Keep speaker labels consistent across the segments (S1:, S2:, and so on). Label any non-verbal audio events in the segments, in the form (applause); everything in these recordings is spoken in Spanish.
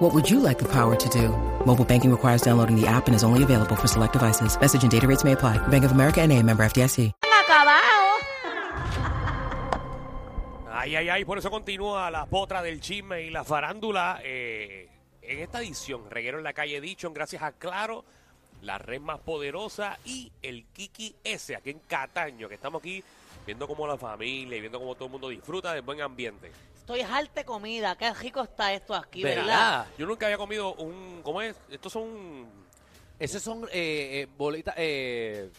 S1: What would you like the power to do? Mobile banking requires downloading the app and is only available for select devices. Message and data rates may apply. Bank of America and a member FDIC.
S2: acabado.
S3: Ay, ay, ay, por eso continúa la potra del chisme y la farándula eh, en esta edición. Reguero en la calle Dichon, gracias a Claro, la red más poderosa y el Kiki S, aquí en Cataño, que estamos aquí viendo cómo la familia y viendo cómo todo el mundo disfruta del buen ambiente.
S2: Estoy halte comida, qué rico está esto aquí, ¿verdad?
S3: Ah, Yo nunca había comido un, ¿cómo es? Estos son,
S4: Esos son eh, eh, bolitas, eh,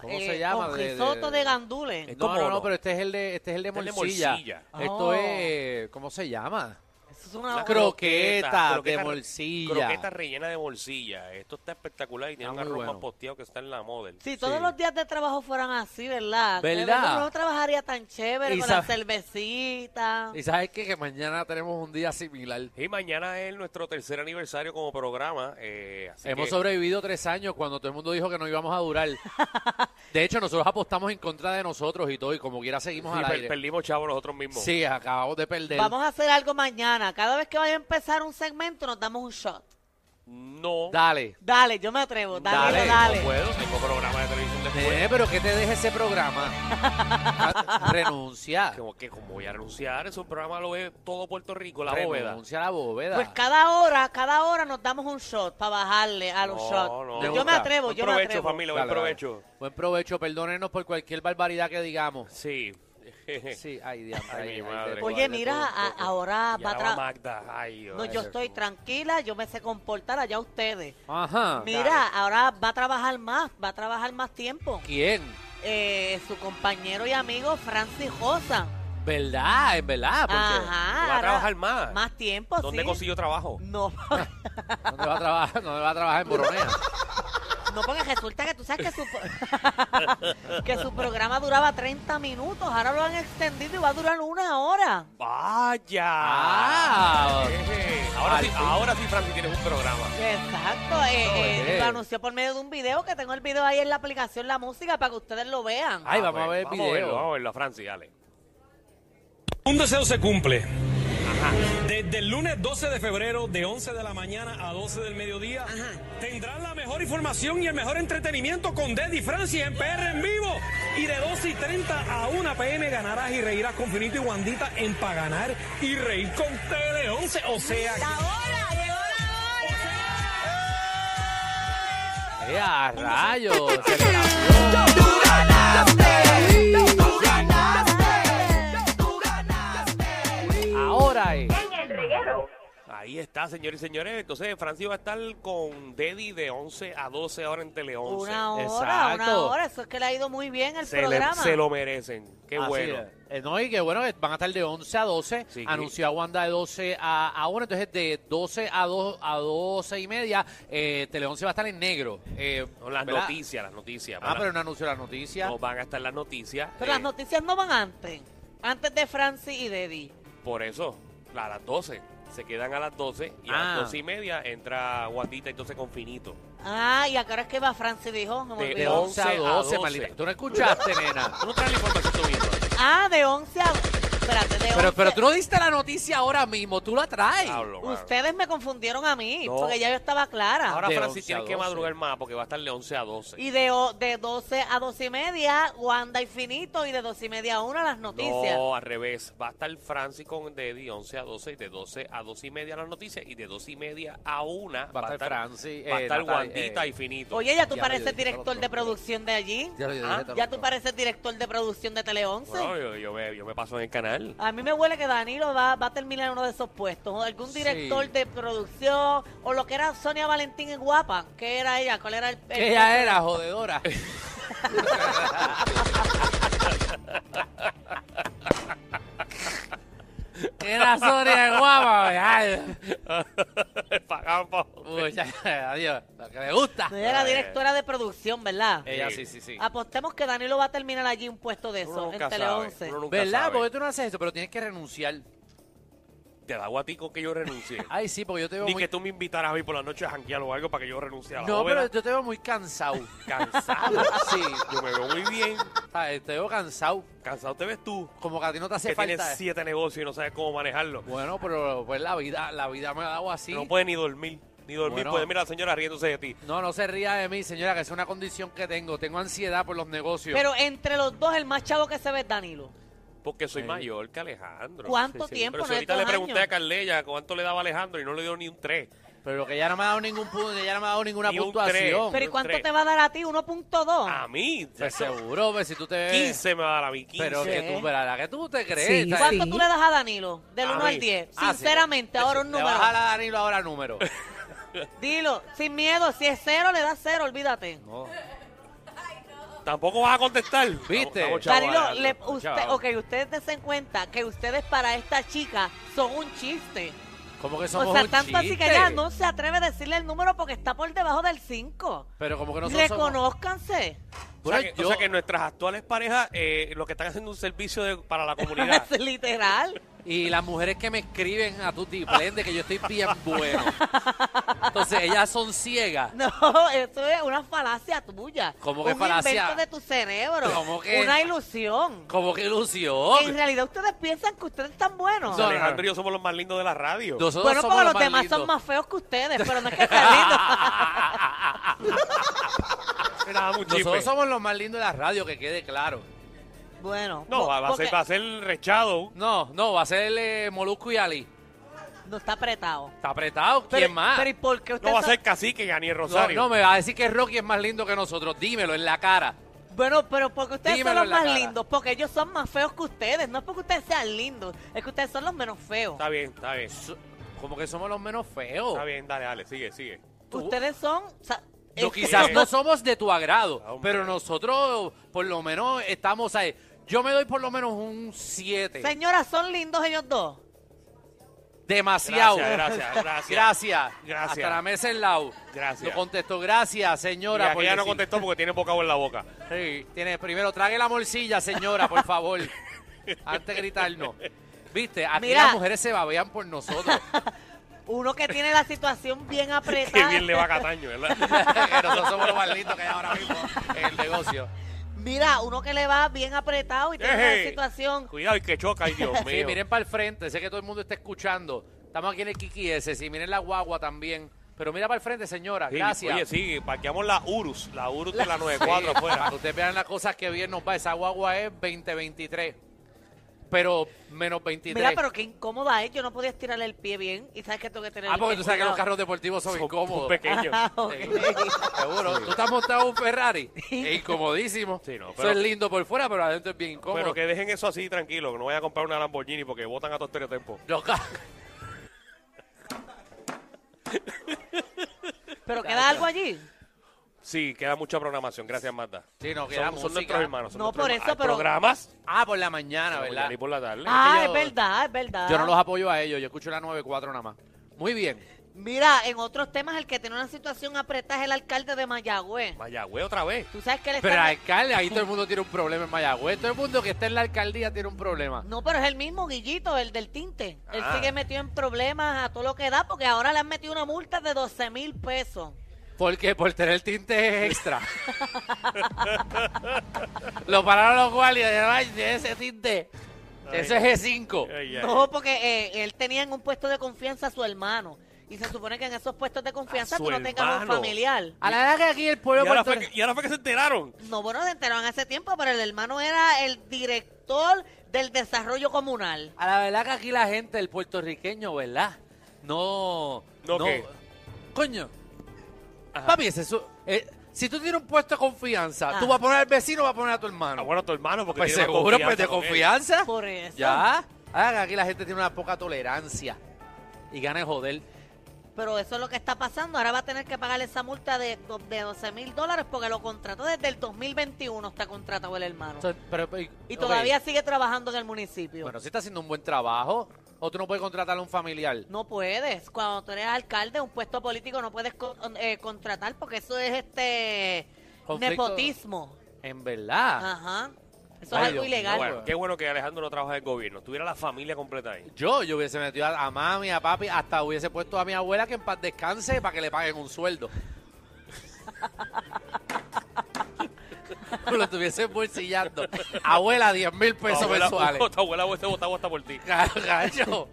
S4: ¿cómo
S2: Eh,
S4: se llama?
S2: Con risotto de, gandules.
S3: Es-
S4: No,
S3: ¿Cómo
S4: no,
S3: no?
S4: no, pero este es el de, este es el de
S3: Este es el de
S4: morcilla.
S3: morcilla.
S2: Oh.
S4: Esto es, ¿cómo se llama?
S2: Eso es una
S3: las
S4: Croqueta,
S3: croquetas-
S4: Ah, de morcilla.
S3: croquetas rellenas de morcilla. Esto está espectacular y tiene
S4: Está
S3: un
S4: muy
S3: arroz
S4: bueno.
S3: más posteado que está en la model.
S2: Si todos
S4: sí.
S2: los días de trabajo fueran así, ¿verdad?
S4: ¿Verdad?
S2: De verdad, Uno no trabajaría tan chévere
S4: Y
S2: con la
S4: sabe-
S2: cervecita.
S4: Y sabes qué? que mañana tenemos un día similar.
S3: Y mañana es nuestro tercer aniversario como programa. eh, así
S4: Hemos
S3: que-
S4: sobrevivido tres años cuando todo el mundo dijo que no íbamos a durar.
S2: (laughs)
S4: de hecho, nosotros apostamos en contra de nosotros y todo, y como quiera seguimos
S3: Sí,
S4: al
S3: per-
S4: aire.
S3: perdimos chavos nosotros mismos.
S4: Sí, acabamos de perder.
S2: Vamos a hacer algo mañana. Cada vez que vaya a empezar un segmento, nos damos un shot.
S3: No.
S4: Dale.
S2: Dale, yo me atrevo. Dale, dale.
S4: Dale,
S3: No puedo, tengo programa de televisión después.
S4: Nene, pero que te deje ese programa.
S2: (laughs)
S4: Ah, Renuncia.
S3: Como que como voy a renunciar, es un programa lo ve todo Puerto Rico, la bóveda.
S4: Renuncia a la bóveda.
S2: Pues cada hora, cada hora nos damos un shot para bajarle a los
S3: No,
S2: shots.
S3: no.
S2: yo
S4: Me
S2: me
S4: gusta.
S2: atrevo,
S3: Buen
S2: yo me
S3: provecho,
S2: atrevo.
S3: familia, buen
S4: Dale, dale.
S3: provecho.
S4: Buen provecho, perdónenos por cualquier barbaridad que digamos.
S3: Sí.
S4: Sí, ay, diantre,
S3: Ay,
S4: ay,
S3: mi
S4: ay,
S3: madre.
S4: te-
S2: Oye,
S4: de
S2: mira,
S4: todo un
S2: a-
S4: poco.
S2: ahora
S3: Y
S2: va a
S3: ahora
S2: Ah, tra-
S3: Magda. Ay, Dios.
S2: No, yo estoy tranquila, yo me sé comportar, allá ustedes.
S3: Ah,
S4: Ajá.
S2: Mira, ahora va a trabajar más, va a trabajar más tiempo.
S4: ¿Quién?
S2: Eh, su compañero y amigo Francis Rosa.
S4: ¿Verdad? ¿Es verdad? Porque
S2: Ajá.
S3: Ah, va a
S2: ahora
S3: trabajar más.
S2: Más Mm. tiempo,
S3: ¿Dónde
S2: sí.
S3: consiguió trabajo?
S2: No, (laughs)
S4: ¿Dónde va a trabajar? ¿Dónde va a trabajar en Boronea?
S2: no, porque resulta que tú sabes que su,
S3: (laughs)
S2: pro- que su programa duraba 30 minutos, ahora lo han extendido y va a durar una hora.
S3: Vaya.
S4: Ah.
S3: Eh, ahora,
S4: Al
S3: sí,
S4: fin.
S3: ahora sí, Francis, tienes un programa.
S2: Exacto, eh, eh,
S4: Oye.
S2: lo anunció por medio de un video, que tengo el video ahí en la aplicación La Música para que ustedes lo vean.
S3: Ah.
S4: Ay, Ah, pues, vamos a ver el
S3: vamos A verlo,
S4: video.
S3: vamos a verlo, Francis, dale.
S5: Un deseo se cumple. Desde el lunes 12 de febrero, de 11 de la mañana a 12 del mediodía, tendrán la mejor información y el mejor entretenimiento con Deddy Francia en PR en vivo. Y de 12 y 30 a 1 pm ganarás y reirás con Finito y Guandita en Pa' Ganar y Reír con TD11. O sea,
S4: ¡Eh, a rayos! Ahora es.
S3: Ahí está, señores y señores. Entonces, Francis va a estar con Deddy de 11 a 12 ahora en Tele 11.
S2: Una hora, una
S4: exacto.
S2: hora. Eso es que le ha ido muy bien el
S3: se, le-
S2: programa.
S3: se lo merecen. Qué
S4: Así
S3: bueno.
S4: es. Eh, no, y que bueno, eh, van a estar de 11 a 12.
S3: Sí.
S4: Anunció a Wanda de 12 a, a 1. Entonces, de 12 a 2 a 12 y media, eh, Tele 11 va a estar en negro. Eh,
S3: Son las
S4: ¿verdad?
S3: noticias, las noticias.
S4: Ah,
S3: Van a-
S4: pero no anunció la noticia.
S3: no van a estar las noticias.
S2: Pero
S3: eh,
S2: las noticias no van antes. Antes de Francis y Deddy.
S3: Por eso, a las 12. Se quedan a las 12 y a
S4: Ah.
S3: las 12 y media entra Guandita entonces con Finito.
S2: Ah, y ahora es que va Francis, dijo. No me
S3: De
S4: de
S2: olvidó.
S4: 11 a 12, maldita. Tú no escuchaste, nena.
S3: Tú no traes la información tú mismo.
S2: Ah, de 11 a... Espérate, de 11.
S4: Pero, pero tú no diste la noticia ahora mismo, tú la traes.
S3: Hablo, mano.
S2: Ustedes me confundieron a mí,
S3: No.
S2: porque ya yo estaba clara.
S3: Ahora
S4: De
S3: Francis
S4: 11
S3: tiene
S4: a
S3: que
S4: 12.
S3: madrugar más porque va a estar de 11 a 12.
S2: Y de, o- de 12 a 12 y media, Wanda Infinito, y de 12 y media a 1 las noticias.
S3: No, al revés. Va a estar Francis con Deddy 11 a 12 y de 12 a 12 y media las noticias y de 12 y media a 1 va,
S4: estar Francis,
S3: va a
S4: eh,
S3: estar
S4: Natalia,
S3: Guandita
S4: eh,
S3: y Finito.
S2: Oye, ya tú
S4: Ya,
S2: pareces
S4: yo dije
S2: director
S4: todo.
S2: de producción de allí.
S4: Ya, yo dije
S2: Ah,
S4: todo.
S2: Ya tú pareces director de producción de Tele 11.
S3: Bueno, yo, yo me, yo me paso en el canal. (laughs)
S2: A mí me huele que Danilo va, va a terminar en uno de esos puestos. O Algún
S4: Sí.
S2: director de producción o lo que era Sonia Valentín en Guapa. ¿Qué era ella? ¿Cuál era el...? el-
S4: Que Ella era
S3: (laughs)
S4: jodedora. Era Sonia de guapa. ay.
S3: Paga caramba. (laughs)
S4: Uy, ya, adiós. Lo que le gusta.
S2: Ella era directora de producción, ¿verdad?
S3: Eh,
S4: Ella sí, sí, sí.
S2: Ah, Apostemos que Danilo va a terminar allí un puesto de
S3: Uno
S2: eso en
S3: nunca
S2: Tele
S3: sabe,
S2: 11.
S3: uno nunca
S4: ¿Verdad?
S3: sabe.
S4: Porque tú no haces eso, pero tienes que renunciar.
S3: (laughs) Te da guatico que yo
S4: (laughs)
S3: renuncie.
S4: Ay, sí, porque yo te veo
S3: Ni
S4: muy...
S3: que tú me invitaras a mí por la noche a janguear o algo para que yo Oh, renuncie a la
S4: No,
S3: bóveda.
S4: pero yo te veo muy cansado.
S3: (laughs) Cansado.
S4: (laughs) Sí.
S3: Yo me veo muy bien.
S4: Ay, Te veo cansado.
S3: Cansado te ves tú.
S4: Como que a ti no te hace
S3: Que tienes
S4: falta.
S3: siete negocios y no sabes cómo manejarlo.
S4: Bueno, pero pues la vida, la vida me ha dado así.
S3: No puedes ni dormir. Ni dormir
S4: Bueno.
S3: puedes. Mira la señora riéndose de ti.
S4: No, no se ría de mí, señora, que es una condición que tengo. Tengo ansiedad por los negocios.
S2: Pero entre los dos, el más chavo que se ve es Danilo.
S3: Porque soy mayor que Alejandro.
S2: ¿Cuánto tiempo?
S3: Pero si
S2: ¿No
S3: ahorita
S2: estos
S3: le pregunté
S2: años?
S3: a Carlella cuánto le daba Alejandro y no le dio ni un 3.
S4: Pero que ya no me ha dado ningún punto, ya no me ha dado ninguna
S3: Ni un
S4: puntuación.
S3: tres.
S2: Pero ¿y
S3: un
S2: cuánto
S3: tres.
S2: te va a dar a ti? ¿1.2?
S3: A mí, (laughs)
S4: Pues
S3: chacho,
S4: seguro, pues si tú te ves.
S3: 15 me va a dar a mí. 15.
S4: Pero que tú, pero la que tú te crees.
S6: Sí,
S4: Está-
S6: sí.
S2: ¿Cuánto tú le das a Danilo? Del
S3: A
S2: 1
S3: mí.
S2: al 10.
S4: Ah, sí.
S2: Sinceramente, ahora un
S4: Le
S2: número.
S4: vas a dar a Danilo ahora número.
S2: Dilo, sin miedo. Si es cero, le das cero, olvídate.
S4: No.
S3: Tampoco vas a contestar.
S4: ¿Viste?
S3: Estamos- estamos chavos,
S2: Danilo,
S3: Alejandro.
S2: le-
S3: Estamos
S2: usted-
S3: chavos.
S2: ok, ustedes desen cuenta que ustedes para esta chica son un chiste.
S4: Como que somos
S2: (laughs) o sea,
S4: un
S2: tanto así que
S4: chiste.
S2: ella no se atreve a decirle el número porque está por debajo del 5.
S4: Pero como que nosotros somos.
S2: Reconózcanse.
S3: O sea,
S4: Bueno,
S3: que, o
S4: yo-
S3: sea que nuestras actuales parejas eh, lo que están haciendo es un servicio de- para la
S2: (laughs)
S3: comunidad.
S2: Literal.
S4: Y las mujeres que me escriben a tu de que yo estoy bien bueno. Entonces, ellas son ciegas.
S2: No, eso es una falacia tuya.
S4: ¿Cómo que
S2: un
S4: falacia?
S2: invento de tu cerebro.
S4: ¿Cómo que?
S2: Una ilusión.
S4: Como que
S2: En
S4: ilusión.
S2: realidad ustedes piensan que ustedes están buenos.
S4: No, no,
S3: Alejandro y yo somos los más lindos de la radio.
S4: Nosotros
S2: bueno,
S4: somos
S2: porque los
S4: más
S2: demás son
S4: lindos.
S2: más feos que ustedes, pero no
S4: (laughs)
S2: es que sean lindos.
S3: Era un chisme.
S4: Nosotros somos los más lindos de la radio, que quede claro.
S2: Bueno.
S3: No,
S2: po-
S3: va, va a ser,
S2: porque
S3: va a ser rechado.
S4: No, no, va a ser eh, Molusco y Ali.
S2: No está apretado.
S4: Está apretado. ¿Quién
S2: Pero-
S4: más?
S2: Pero ¿y por qué ustedes
S3: No va a
S2: son-
S3: ser cacique, Daniel
S4: no,
S3: Rosario.
S4: no, me va a decir que Rocky es más lindo que nosotros. Dímelo en la cara.
S2: Bueno, pero porque ustedes
S4: Dímelo
S2: son los
S4: en la
S2: más
S4: cara.
S2: lindos, porque ellos son más feos que ustedes. No es porque ustedes sean lindos, es que ustedes son los menos feos.
S3: Está bien, está bien.
S4: So- Como que somos los menos feos.
S3: Está bien, dale, dale, sigue, sigue.
S4: tú-
S2: Ustedes son... o sea, eh,
S4: Yo
S2: es que-
S4: quizás
S3: que-
S4: no somos de tu agrado,
S3: Hombre.
S4: pero nosotros por lo menos estamos ahí. Yo me doy por lo menos un 7.
S2: Señoras, son lindos ellos dos.
S4: Demasiado.
S3: Gracias, gracias, gracias.
S4: Gracias.
S3: Gracias.
S4: Hasta la mesa en lado.
S3: Gracias.
S4: Lo contestó. Gracias, señora.
S3: Mira,
S4: por
S3: que ella no
S4: decir-
S3: contestó porque tiene bocado en la
S4: (laughs)
S3: boca.
S4: Sí, tiene, primero trague la morcilla, señora, por
S3: (laughs)
S4: favor. Antes de gritarnos. Viste, aquí
S2: Mira.
S4: las mujeres se babean por nosotros. (laughs)
S2: Uno que tiene la situación bien apretada.
S3: Qué bien le va a Cataño,
S4: (laughs)
S3: ¿verdad?
S4: que nosotros somos los más lindos que hay ahora mismo en el negocio.
S2: Mira, uno que le va bien apretado y tiene
S3: Ejé.
S2: una situación.
S3: Cuidado y que choca, ay Dios mío.
S4: (laughs) Sí, miren para el frente, sé que todo el mundo está escuchando. Estamos aquí en el Kiki S, sí, miren la guagua también. Pero mira para el frente, señora,
S3: Sí,
S4: gracias.
S3: Oye, sí, parqueamos la Urus, la Urus de la
S4: (laughs) Sí,
S3: 94
S4: para
S3: afuera.
S4: que Ustedes vean las cosas que bien nos va. Esa guagua es 2023. Pero menos 23.
S2: Mira, pero qué incómoda es. Yo no podía estirarle el pie bien y sabes que tengo que tener
S4: ah,
S2: el pie
S4: porque tú sabes que los
S2: cuidado.
S4: carros deportivos son,
S3: Son
S4: incómodos.
S3: pequeños.
S2: Ah, ok.
S4: Sí, (laughs) Seguro. Tú estás montado en un Ferrari. Es incomodísimo.
S3: Sí, no,
S4: Eso
S3: pero-
S4: es lindo por fuera, pero adentro es bien incómodo.
S3: Pero que dejen eso así tranquilo, que no vaya a comprar una Lamborghini porque botan a todo estereotipo.
S4: Los ca-
S2: (laughs) Pero queda algo allí.
S3: Sí, queda mucha programación. Gracias, Marta.
S4: Sí, no, queda
S3: son, son
S4: música.
S3: nuestros hermanos. son
S2: No,
S3: nuestros
S2: por
S3: hermanos.
S2: eso,
S3: Hay
S2: pero-
S3: programas
S4: Ah, por la mañana,
S3: ¿verdad?
S4: ¿verdad?
S3: por la tarde.
S2: Ah,
S4: yo-
S2: es verdad, es verdad.
S4: Yo no los apoyo a ellos. Yo escucho la 9-4 nada más. Muy bien.
S2: Mira, en otros temas, el que tiene una situación apretada es el alcalde de Mayagüez.
S3: Mayagüez otra vez.
S2: Tú sabes que él
S4: Pero
S2: está...
S4: alcalde, ahí todo el mundo tiene un problema en Mayagüez. Todo el mundo que está en la alcaldía tiene un problema.
S2: No, pero es el mismo Guillito, el del tinte. Él
S3: Ah.
S2: sigue metido en problemas a todo lo que da porque ahora le han metido una multa de 12 mil pesos.
S4: Porque por tener
S3: (laughs)
S4: tinte extra. lo pararon los guardias y dijeron, ay, tiene ese tinte. Ese es G5.
S3: Ay, ay,
S2: No, porque eh, él tenía en un puesto de confianza a su hermano. Y se supone que en esos puestos de
S3: A
S2: confianza
S3: su
S2: tú no tengas un
S3: hermano.
S2: familiar.
S4: A la verdad que aquí el
S3: ay.
S4: pueblo
S3: Y ahora,
S4: puertorri-
S3: fue que, y ahora fue que se enteraron.
S2: No, bueno, se enteraron hace tiempo, pero el hermano era el director del desarrollo comunal.
S4: A la verdad que aquí la gente, el puertorriqueño, ¿verdad? No.
S3: ¿No qué?
S4: Coño. Papi, ese es su- eh, si tú tienes un puesto de confianza,
S2: Ajá.
S4: tú vas a poner al vecino o vas a poner a tu hermano.
S3: Ah, bueno, tu hermano, porque
S4: pues
S3: tiene más
S4: seguro, pues de
S3: con él.
S4: confianza.
S2: Por eso.
S4: Ya. Ah, aquí la gente tiene una poca tolerancia. Y gana de joder.
S2: Pero eso es lo que está pasando. Ahora va a tener que pagar esa multa de, do- de 12 mil dólares porque lo contrató desde el 2021. Está contratado el hermano.
S4: So- pero- pero-
S2: Y
S4: ok.
S2: todavía sigue trabajando en el municipio.
S4: Bueno, sí está haciendo un buen trabajo. ¿O tú no puedes contratar a un familiar?
S2: No puedes. Cuando tú eres alcalde, un puesto político no puedes con- eh, contratar porque eso es este
S4: Conflicto-
S2: nepotismo.
S4: En verdad.
S2: Ajá. Eso
S4: Ay,
S2: es algo
S4: Dios mío,
S2: ilegal.
S3: Bueno, qué bueno que Alejandro no trabaja en el gobierno. Tuviera la familia completa ahí.
S4: Yo, yo hubiese metido a, a mami, a papi, hasta hubiese puesto a mi abuela que en paz descanse para que le paguen un sueldo. (laughs) Lo estuviese bolsillando. Abuela, 10 mil pesos
S3: Tu abuela-
S4: mensuales.
S3: (laughs) Tu abuela este votaba hasta por ti.
S4: Cacho.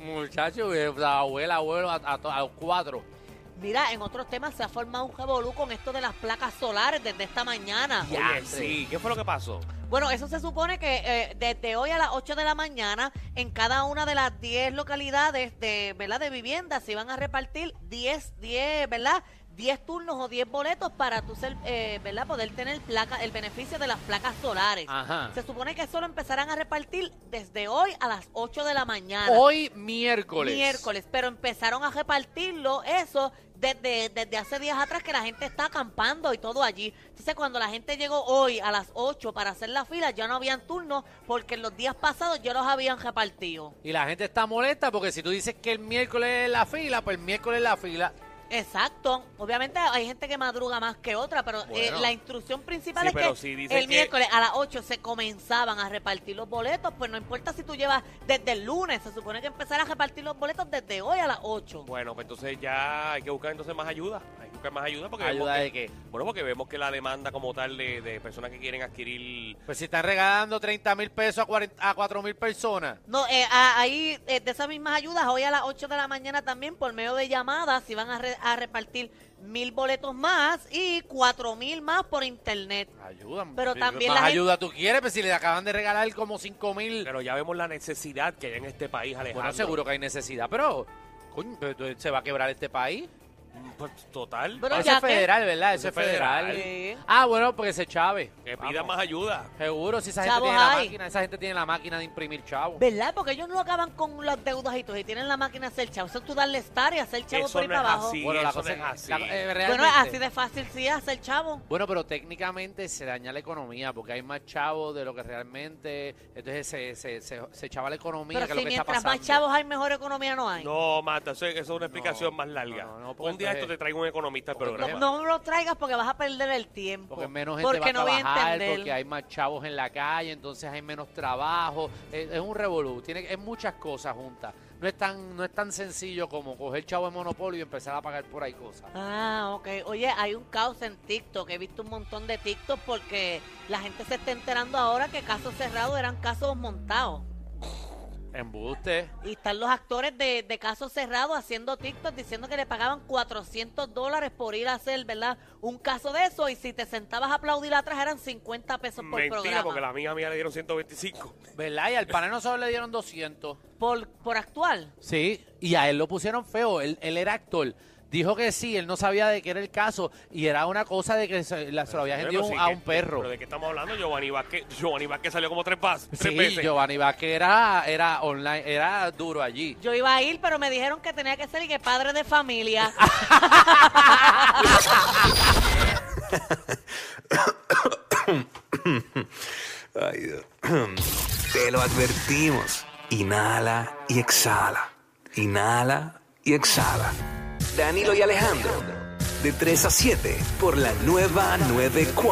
S4: Muchacho, eh, o sea, abuela, abuelo, a, a to- a los cuatro.
S2: Mira, en otros temas se ha formado un revolú con esto de las placas solares desde esta mañana.
S3: Oye, sí. ¿Qué fue lo que pasó?
S2: Bueno, eso se supone que eh, desde hoy a las 8 de la mañana, en cada una de las 10 localidades de, ¿verdad? de viviendas, se van a repartir 10, 10, ¿verdad? 10 turnos o 10 boletos para tú ser, eh, ¿verdad? poder tener placa, el beneficio de las placas solares.
S4: Ajá.
S2: Se supone que eso lo empezarán a repartir desde hoy a las 8 de la mañana.
S4: Hoy miércoles.
S2: Miércoles, pero empezaron a repartirlo eso desde, desde hace días atrás que la gente está acampando y todo allí. Entonces cuando la gente llegó hoy a las 8 para hacer la fila ya no habían turnos porque en los días pasados ya los habían repartido.
S4: Y la gente está molesta porque si tú dices que el miércoles es la fila, pues el miércoles es la fila.
S2: Exacto. Obviamente hay gente que madruga más que otra, pero eh,
S4: Bueno.
S2: la instrucción principal
S3: Sí,
S2: es
S3: pero
S2: que
S3: si dice
S2: el
S3: que-
S2: miércoles a las 8 se comenzaban a repartir los boletos, pues no importa si tú llevas desde el lunes, se supone que empezar a repartir los boletos desde hoy a las 8.
S3: Bueno, pues entonces ya hay que buscar entonces más ayuda. Hay que buscar más ayuda porque
S4: ¿Ayuda
S3: vemos
S4: de qué?
S3: que, bueno, porque vemos que la demanda como tal de, de personas que quieren adquirir
S4: Pues si están regalando 30 mil pesos a, 40 a 4 mil personas.
S2: No, eh, a- ahí eh, de esas mismas ayudas, hoy a las 8 de la mañana también, por medio de llamadas, si van a, re- a repartir mil boletos más y cuatro mil más por internet.
S4: Ayuda.
S2: Pero
S4: si
S2: también
S4: eh, más
S2: la gente-
S4: ayuda tú quieres, pues si le acaban de regalar como 5 mil.
S3: Pero ya vemos la necesidad que hay en este país, Alejandro.
S4: Bueno, seguro que hay necesidad, pero... Coño, pero entonces se va a quebrar este país.
S3: Pues, total.
S2: Bueno,
S4: Eso
S2: ya
S4: es
S2: que-
S4: federal, ¿verdad? Eso
S3: Eso
S4: es
S3: es federal.
S4: federal.
S2: Sí.
S4: Ah, bueno, porque ese Chávez.
S3: que
S4: Vamos.
S3: pida más ayuda.
S4: Seguro, si esa
S2: Chavos
S4: gente tiene la
S2: hay.
S4: máquina, esa gente tiene la máquina de imprimir chavos.
S2: ¿Verdad? Porque ellos no acaban con las deudas y todo, y tienen la máquina de hacer chavo. Eso es tú darle estar y hacer chavo
S3: Eso
S2: por ahí
S3: no
S2: para
S3: es
S2: abajo.
S3: así.
S4: bueno, la
S3: eso
S4: cosa
S3: no es
S4: la-
S3: así.
S4: eh,
S2: Bueno,
S4: realmente-
S2: así de fácil sí es hacer chavo.
S4: Bueno, pero técnicamente se daña la economía porque hay más chavos de lo que realmente. Entonces se, se, se, se chava la economía,
S2: Pero
S4: que es
S2: si
S4: lo que está
S2: mientras
S4: pasando.
S2: más chavos hay, mejor economía no hay.
S3: No, Mata, eso, eso es una explicación más larga.
S4: no, no, porque
S3: un día
S4: entonces-
S3: esto te traigo un economista al
S4: porque
S3: programa.
S2: No, no lo traigas porque vas a perder el tiempo.
S4: Porque menos gente va
S2: Porque
S4: a
S2: no voy
S4: trabajar,
S2: entender.
S4: porque hay más chavos en la calle, entonces hay menos trabajo. Es, es un revolú, tiene, es muchas cosas juntas. No es, tan, no es tan sencillo como coger chavo en monopolio y empezar a pagar por ahí cosas.
S2: Ah, ok. Oye, hay un caos en TikTok. He visto un montón de TikTok porque la gente se está enterando ahora que casos cerrados eran casos montados.
S4: Embuste.
S2: Y están los actores de, de casos cerrados haciendo TikTok diciendo que le pagaban 400 dólares por ir a hacer, ¿verdad? Un caso de eso. Y si te sentabas a aplaudir atrás eran 50 pesos por
S3: Mentira,
S2: programa.
S3: porque la amiga mía le dieron 125.
S4: ¿Verdad? Y al panel solo le dieron 200.
S2: por, por actual.
S4: Sí, y a él lo pusieron feo, él, él era actor. Dijo que sí, él no sabía de qué era el caso y era una cosa de que se, la, se lo había
S3: Pero
S4: vendido
S3: sí,
S4: a
S3: que-
S4: un perro.
S3: ¿Pero de qué estamos hablando? Giovanni Vázquez, Giovanni Vázquez salió como tres, pas, tres
S4: Sí,
S3: veces.
S4: Giovanni Vázquez era, era online, era duro allí.
S2: Yo iba a ir, pero me dijeron que tenía que ser y que padre de
S3: (laughs)
S2: familia.
S6: Ay, Dios. (clears throat) Te lo advertimos. Inhala y exhala. Inhala y exhala. Danilo y Alejandro. De 3 a 7 por la nueva 94.